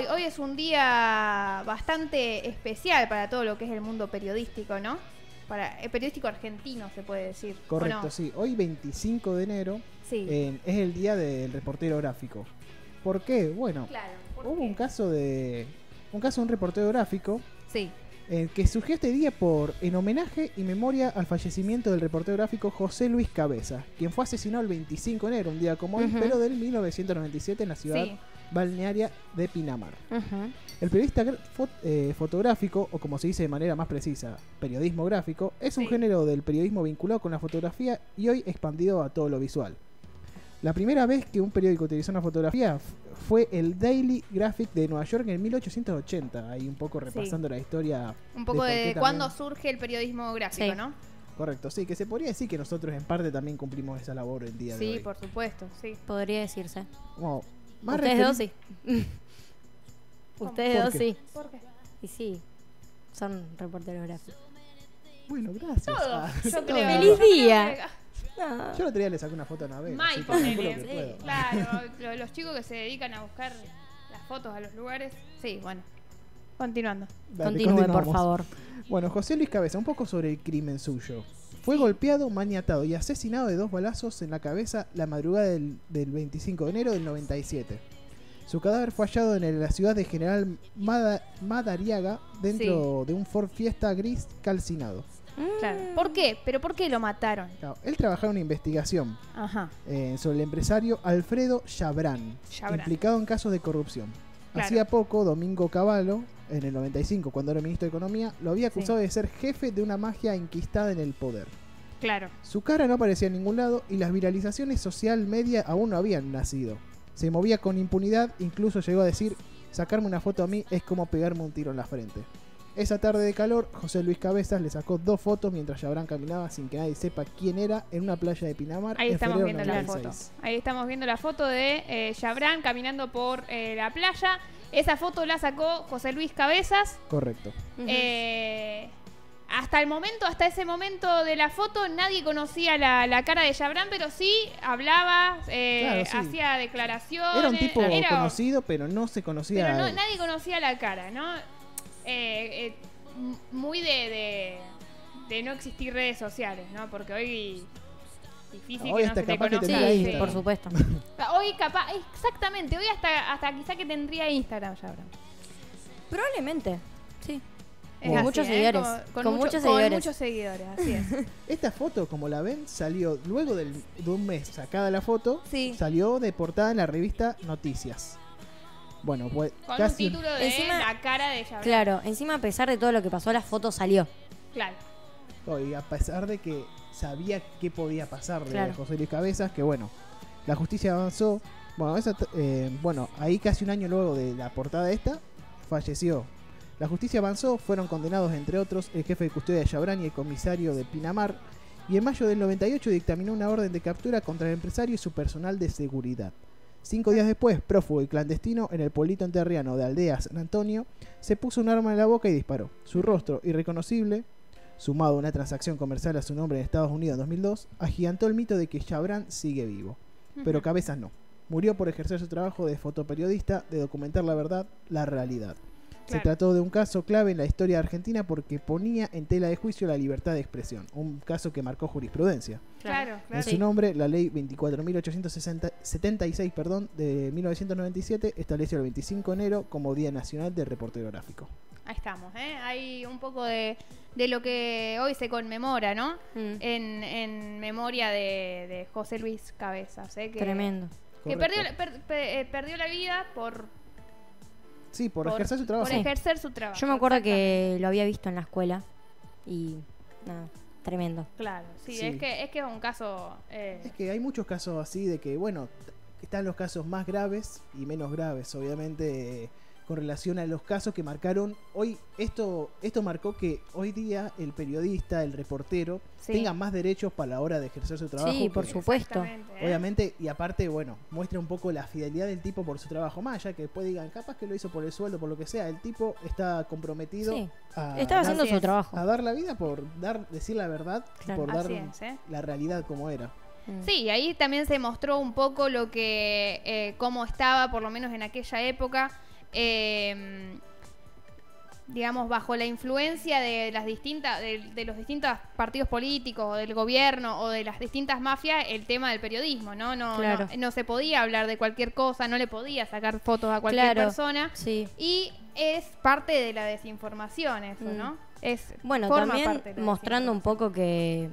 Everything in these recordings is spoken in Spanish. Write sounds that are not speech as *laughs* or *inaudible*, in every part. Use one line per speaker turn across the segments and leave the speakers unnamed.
Hoy- Hoy es un día bastante especial para todo lo que es el mundo periodístico, ¿no? Para el periodístico argentino se puede decir. ¿o
Correcto,
no?
sí. Hoy 25 de enero
Sí.
eh, es el día del reportero gráfico. ¿Por qué? Bueno,
claro. ¿por
hubo
qué?
un caso de un caso de un reportero gráfico
Sí.
eh, que surgió este día por en homenaje y memoria al fallecimiento del reportero gráfico José Luis Cabeza, quien fue asesinado el 25 de enero, un día como hoy,
Ujú.
pero del 1997 en la ciudad
Sí.
balnearia de Pinamar. El periodista gra- fo- eh, fotográfico, o como se dice de manera más precisa, periodismo gráfico, es un
Sí.
género del periodismo vinculado con la fotografía y hoy expandido a todo lo visual. La primera vez que un periódico utilizó una fotografía f- fue el Daily Graphic de Nueva York en 1880, ahí un poco repasando la historia.
Un poco
por
de,
qué también-
cuándo surge el periodismo gráfico,
Sí.
¿no?
Correcto, sí, que se podría decir que nosotros en parte también cumplimos esa labor en día de hoy.
Sí, por supuesto, sí.
Podría decirse.
Como, más
Ustedes
referi-
dos sí. Ustedes
¿Por
dos
qué?
sí.
¿Por qué?
Y sí. Son reporteros gráficos.
Bueno, gracias.
Todo.
Ah,
Yo
todo.
creo.
Feliz
Yo creo
día.
Yo el otro día le saqué una foto a Anabel.
que-
así
Mal,
que calculo
ponele.
que puedo.
Sí, Claro, lo- los chicos que se dedican a buscar las fotos a los lugares. Sí, bueno. Continuando.
Dale,
Continúe, por
continuamos.
favor.
Bueno, José Luis Cabeza, un poco sobre el crimen suyo. Fue golpeado, maniatado y asesinado de dos balazos en la cabeza la madrugada del, del 25 de enero del 97. Su cadáver fue hallado en el- la ciudad de General Mada- Madariaga dentro de un Ford Fiesta gris calcinado.
Claro. Mm. ¿Por eh, qué? ¿Pero por qué lo mataron?
Claro, él trabajaba en una investigación
Ajá.
eh, sobre el empresario Alfredo Chabrán,
Chabrán.
implicado en casos de corrupción.
Claro.
Hacía poco, Domingo Cavallo, en el 95, cuando era ministro de Economía, lo había acusado de ser jefe de una magia enquistada en el poder.
Claro.
Su cara no aparecía en ningún lado y las viralizaciones social media aún no habían nacido. Se movía con impunidad, incluso llegó a decir, sacarme una foto a mí es como pegarme un tiro en la frente. Esa tarde de calor, José Luis Cabezas le sacó dos fotos mientras Yabrán caminaba sin que nadie sepa quién era en una playa de Pinamar.
Ahí
en
estamos
febrero
viendo
del
la foto.
96.
Ahí estamos viendo la foto de eh, Jabrán caminando por eh, la playa. Esa foto la sacó José Luis Cabezas.
Correcto.
Eh, hasta el momento, hasta ese momento de la foto, nadie conocía la, la cara de Jabrán, pero sí hablaba, eh,
Claro, sí.
hacía declaraciones.
Era un tipo
era-
conocido, pero no se conocía.
Pero
a
no,
él.
nadie conocía la cara, ¿no? Eh, eh, m- muy de, de, de no existir redes sociales, ¿no? Porque hoy difícil que
Hoy
no
hasta
se te
capaz que
conozca.
tenía
sí.
Sí,
Instagram.
por
*laughs*
supuesto.
Hoy capaz, exactamente, hoy hasta, hasta quizá que tendría Instagram ya, Abraham.
Probablemente. Sí.
Es
Con
así,
muchos
¿eh?
seguidores,
Como- Con,
con
mucho-
muchos
con
seguidores.
muchos seguidores, así
*laughs*
es.
Esta foto, como la ven, salió luego del- de un mes sacada la foto,
Sí.
salió de portada en la revista Noticias. Bueno, pues
Con
casi.
un título de
Encima-
la cara de Jabrán. Claro.
Claro, encima a pesar de todo lo que pasó, la foto salió.
Oh, y a pesar de que sabía qué podía pasar de
Claro.
José Luis Cabezas, que bueno, la justicia avanzó. Bueno, esa t- eh, bueno, ahí casi un año luego de la portada esta, falleció. La justicia avanzó, fueron condenados entre otros el jefe de custodia de Yabrán y el comisario de Pinamar, y en mayo del 98 dictaminó una orden de captura contra el empresario y su personal de seguridad. Cinco días después, prófugo y clandestino en el pueblito enterriano de Aldea San Antonio, se puso un arma en la boca y disparó. Su rostro, irreconocible, sumado a una transacción comercial a su nombre en Estados Unidos en 2002, agigantó el mito de que Chabran sigue vivo. Pero Cabezas no. Murió por ejercer su trabajo de fotoperiodista, de documentar la verdad, la realidad. Se
Claro.
trató de un caso clave en la historia argentina porque ponía en tela de juicio la libertad de expresión, un caso que marcó jurisprudencia.
Claro, claro.
En su nombre, la ley 24.876 perdón, de 1997 estableció el 25 de enero como Día Nacional del Reportero Gráfico.
Ahí estamos, ¿eh? Hay un poco de, de lo que hoy se conmemora, ¿no?
Mm,
En, en memoria de, de José Luis Cabezas, ¿eh? Que,
Tremendo.
Que
Correcto.
perdió, la- per- per- eh, perdió la vida por,
Sí, por,
por-
ejercer su
por
trabajo.
ejercer su trabajo.
Yo me acuerdo que lo había visto en la escuela y nada, tremendo.
Claro, sí,
Sí.
Es, que, es que es un caso... eh,
Es que hay muchos casos así de que, bueno, t- están los casos más graves y menos graves, obviamente, eh, con relación a los casos que marcaron hoy. Esto, esto marcó que hoy día el periodista, el reportero,
Sí.
tenga más derechos para la hora de ejercer su trabajo.
sí, por
porque,
supuesto.
exactamente, ¿eh?
Obviamente, y aparte, bueno, muestra un poco la fidelidad del tipo por su trabajo, más allá que después digan, capaz que lo hizo por el sueldo, por lo que sea, el tipo está comprometido
Sí.
a,
Estaba
dar,
haciendo
Así
su
es.
trabajo.
a dar la vida, por dar decir la verdad,
Claro.
por dar
Así es, ¿eh?
la realidad como era.
Mm.
Sí, ahí también se mostró un poco lo que, eh, cómo estaba, por lo menos en aquella época, eh, digamos, bajo la influencia de las distintas, de, de los distintos partidos políticos, o del gobierno, o de las distintas mafias, el tema del periodismo, ¿no? No,
Claro.
no, no se podía hablar de cualquier cosa, no le podía sacar fotos a cualquier
Claro.
persona.
Sí.
Y es parte de la desinformación eso,
Mm.
¿no? Es,
Bueno,
forma
también
parte de la
mostrando un
desinformación.
poco que,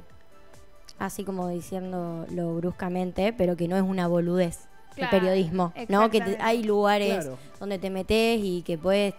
así como diciéndolo bruscamente, pero que no es una boludez
Claro,
el periodismo, ¿no? Que te-
exactamente.
hay lugares
Claro.
donde te metes y que puedes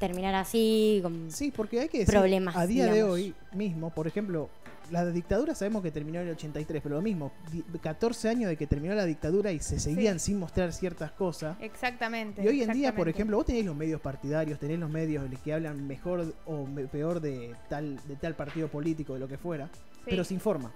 terminar así. con-
Sí, porque hay que decir,
Problemas,
a día de
digamos.
hoy mismo, por ejemplo, la dictadura sabemos que terminó en el 83, pero lo mismo, di- 14 años de que terminó la dictadura y se seguían sin mostrar ciertas cosas.
Exactamente.
Y hoy en día, por
Este, exactamente.
ejemplo, vos tenés los medios partidarios, tenés los medios que hablan mejor o me- peor de tal, de tal partido político, de lo que fuera,
Sí.
pero se informa.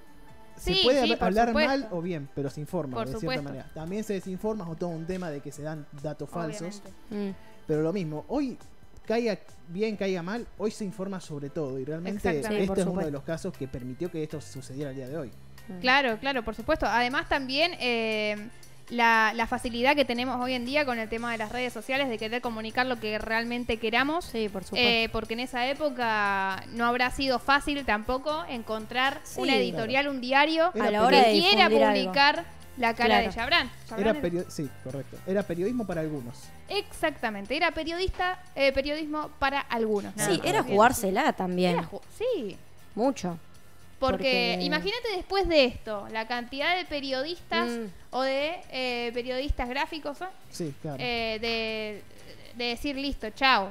Se
Sí,
puede
sí,
hab-
por
hablar
supuesto.
mal o bien, pero se informa
Por
de
supuesto.
cierta manera. También se desinforma o todo un tema de que se dan datos falsos.
Obviamente.
Mm.
Pero lo mismo, hoy caiga bien, caiga mal, hoy se informa sobre todo. Y realmente
Exactamente.
Sí, por
este es uno
supuesto.
de los casos que permitió que esto sucediera al día de hoy.
mm.
Claro, claro, por supuesto. Además también eh, la, la facilidad que tenemos hoy en día con el tema de las redes sociales, de querer comunicar lo que realmente queramos,
Sí, por supuesto.
eh, porque en esa época no habrá sido fácil tampoco encontrar
Sí.
una editorial, un diario,
Era
a
periodismo.
la hora de
que quiera
difundir algo.
publicar la cara
Claro.
de Jabran. Jabran
Era
era-
perio- sí, correcto. Era periodismo para algunos.
Exactamente, era periodista, eh, periodismo para algunos. nada
Sí,
más.
era
Bien.
jugársela también,
Era ju- sí,
mucho.
Porque,
Porque-
imagínate después de esto, la cantidad de periodistas
Mm.
o de eh, periodistas gráficos ¿eh?
Sí, claro.
Eh, de, de decir listo, chao.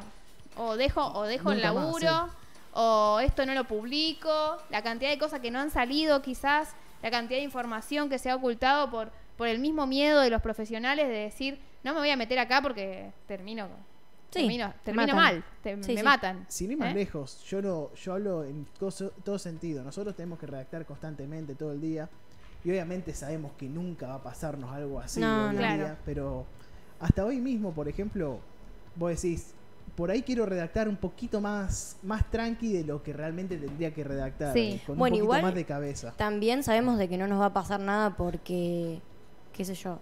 O dejo, o dejo el
Nunca más,
laburo, o esto no lo publico, la cantidad de cosas que no han salido quizás, la cantidad de información que se ha ocultado por, por el mismo miedo de los profesionales de decir, no me voy a meter acá porque termino,
Sí,
termino,
te
termino
matan.
mal, te-
Sí,
me
sí.
matan.
Sin ir más
¿eh?
lejos, yo no, yo hablo en coso- todo sentido. Nosotros tenemos que redactar constantemente todo el día. Y obviamente sabemos que nunca va a pasarnos algo así
No,
hoy en
no.
día,
Claro.
Pero hasta hoy mismo, por ejemplo, vos decís, por ahí quiero redactar un poquito más, más tranqui de lo que realmente tendría que redactar.
Sí.
eh, Con
Bueno,
un poquito
igual-
más de cabeza.
También sabemos de que no nos va a pasar nada porque, qué sé yo,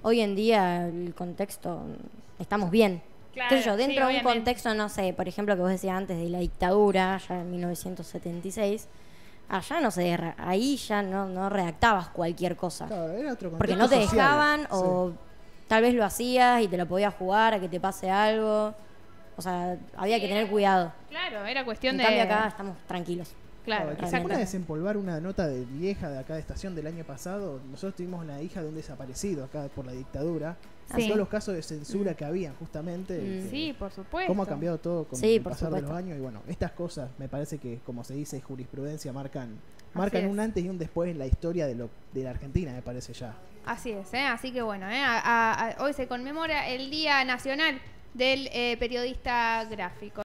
hoy en día el contexto, mm, estamos bien.
Claro,
Qué sé yo,
sí,
dentro de un
obviamente.
contexto, no sé, por ejemplo, que vos decías antes de la dictadura, ya en 1976, allá no sé, re- ahí ya no, no redactabas cualquier cosa.
Claro, era otro
porque
contexto
no te
social.
dejaban
Sí.
o tal vez lo hacías y te lo podías jugar a que te pase algo. O sea, había que tener cuidado.
Claro, era
En
cuestión de...
cambio acá estamos tranquilos.
Claro,
Ahora, que se
exactamente.
acuerda de desempolvar una nota de vieja de acá de estación del año pasado. Nosotros tuvimos la hija de un desaparecido acá por la dictadura.
Sí.
Y todos los casos de censura que había, justamente.
Mm.
este,
Sí, por supuesto.
Cómo ha cambiado todo con
Sí,
el
por
pasar de los
supuesto.
años. Y bueno, estas cosas, me parece que, como se dice, jurisprudencia, marcan marcan
es.
un antes y un después en la historia de, lo, de la Argentina, me parece ya.
Así es, ¿eh? así que bueno, ¿eh? A- a- a- hoy se conmemora el Día Nacional del eh, Periodista Gráfico.